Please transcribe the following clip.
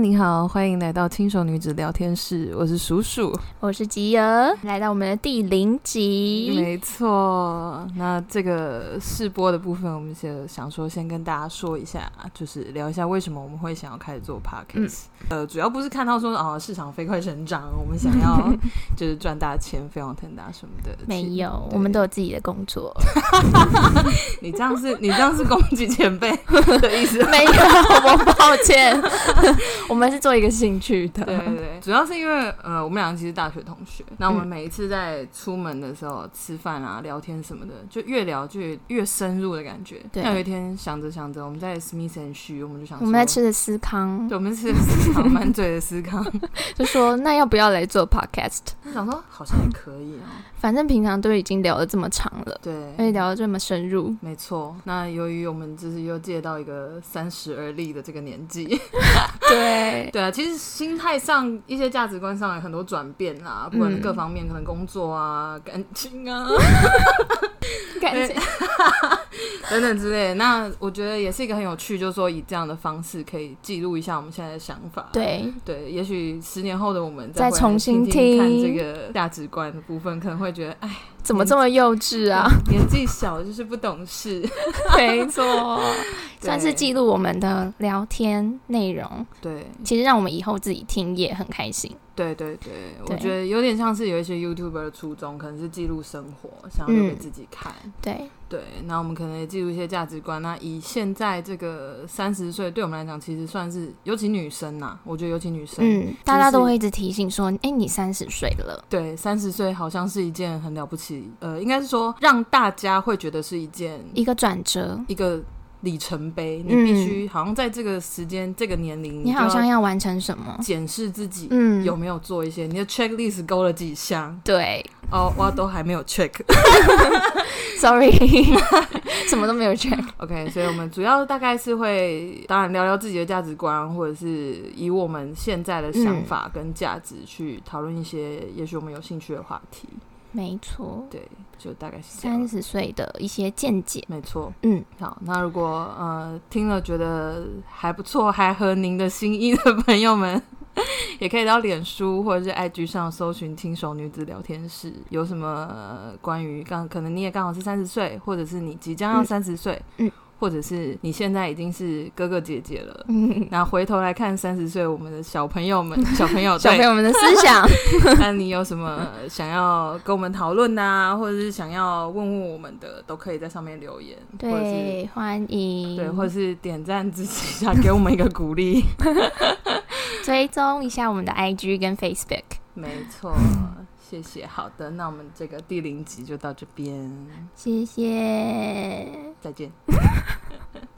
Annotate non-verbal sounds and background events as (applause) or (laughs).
你好，欢迎来到轻熟女子聊天室，我是鼠鼠，我是吉儿，来到我们的第零集。没错。那这个试播的部分，我们先想说先跟大家说一下，就是聊一下为什么我们会想要开始做嗯 podcast、呃，主要不是看到说哦市场飞快成长，我们想 (laughs) 要就是赚大钱、飞黄腾达什么的，没其有，对我们都有自己的工 (laughs) 作。你这样是，你这样是攻击前辈的意思吗。 (laughs) 没有，我抱 (laughs) 歉，我们是做一个兴趣 (laughs) 的。对对对，主要是因为呃，我们两个其实大学同学，那我们每一次在出门的时候、吃饭啊、聊天什么的，就越聊就越越深入的感觉。对那有一天想着想着，我们在 Smith and She，我们就想我们在说，吃的思康对，我们吃思康， (laughs) 满嘴的思 (laughs) 康，就说，那要不要来做 podcast？就想说好像也可以哦、反正平常都已经聊得这么长了，而对。且聊得这么深入，没错，那由于我们就是又借到一个三十而立的这个年纪， (laughs) 对，对啊，其实心态上、一些价值观上有很多转变啦，不嗯管各方面，可能工作啊、感情啊感对情等等之类的。那我觉得也是一个很有趣，就是说以这样的方式可以记录一下我们现在的想法。对对，也许十年后的我们再回来重新听看听这个价值观的部分，可能会觉得哎，怎么这么幼稚啊？ (laughs) 年纪小就是不懂事，没错，对算是记录我们的聊天内容，对。其实让我们以后自己听也很开心。对对对，我对觉得有点像是有一些 YouTuber 的初衷，可能是记录生活，想要留给嗯自己看。对，对，那我们可能也记录一些价值观。那以现在这个三十岁，对我们来讲，其实算是，尤其女生呐、我觉得尤其女生，嗯，大家都会一直提醒说，哎、你三十岁了，对，三十岁好像是一件很了不起，呃，应该是说让大家会觉得是一件一个转折，一个里程碑，你嗯必须好像在这个时间、这个年龄，你好像就嗯要完成什么要？检视自己。嗯，有没有做一些？你的 checklist 勾了几项？对哦，我都还没有 check。 (laughs) ，sorry，什么都 (laughs) 没有 check。 OK，所以我们主要大概是会，当然聊聊自己的价值观，或者是以我们现在的嗯想法跟价值去讨论一些，也许我们有兴趣的话题。没错，对，就大概是这三样。十岁的一些见解，没错，嗯，好，那如果呃听了觉得还不错，还合您的心意的朋友们， (laughs) 也可以到脸书或者是 IG 上搜寻“轻熟女子聊天室”，有什么、呃关于刚可能你也刚好是三十岁，或者是你即将要嗯三十岁，嗯或者是你现在已经是哥哥姐姐了。嗯，那回头来看三十岁我们的小朋友 (laughs) 们，小朋友 (laughs) 小朋对，友们的思想，那你有什么想要跟我们讨论的啊，或者是想要问问我们的，都可以在上面留言，或者是对，欢迎，对，或者是点赞支持一下，给我们一个鼓励。追踪一下我们的 IG 跟 Facebook， (laughs) 没错，谢谢。好的，那我们这个第零集就到这边，谢谢。再见。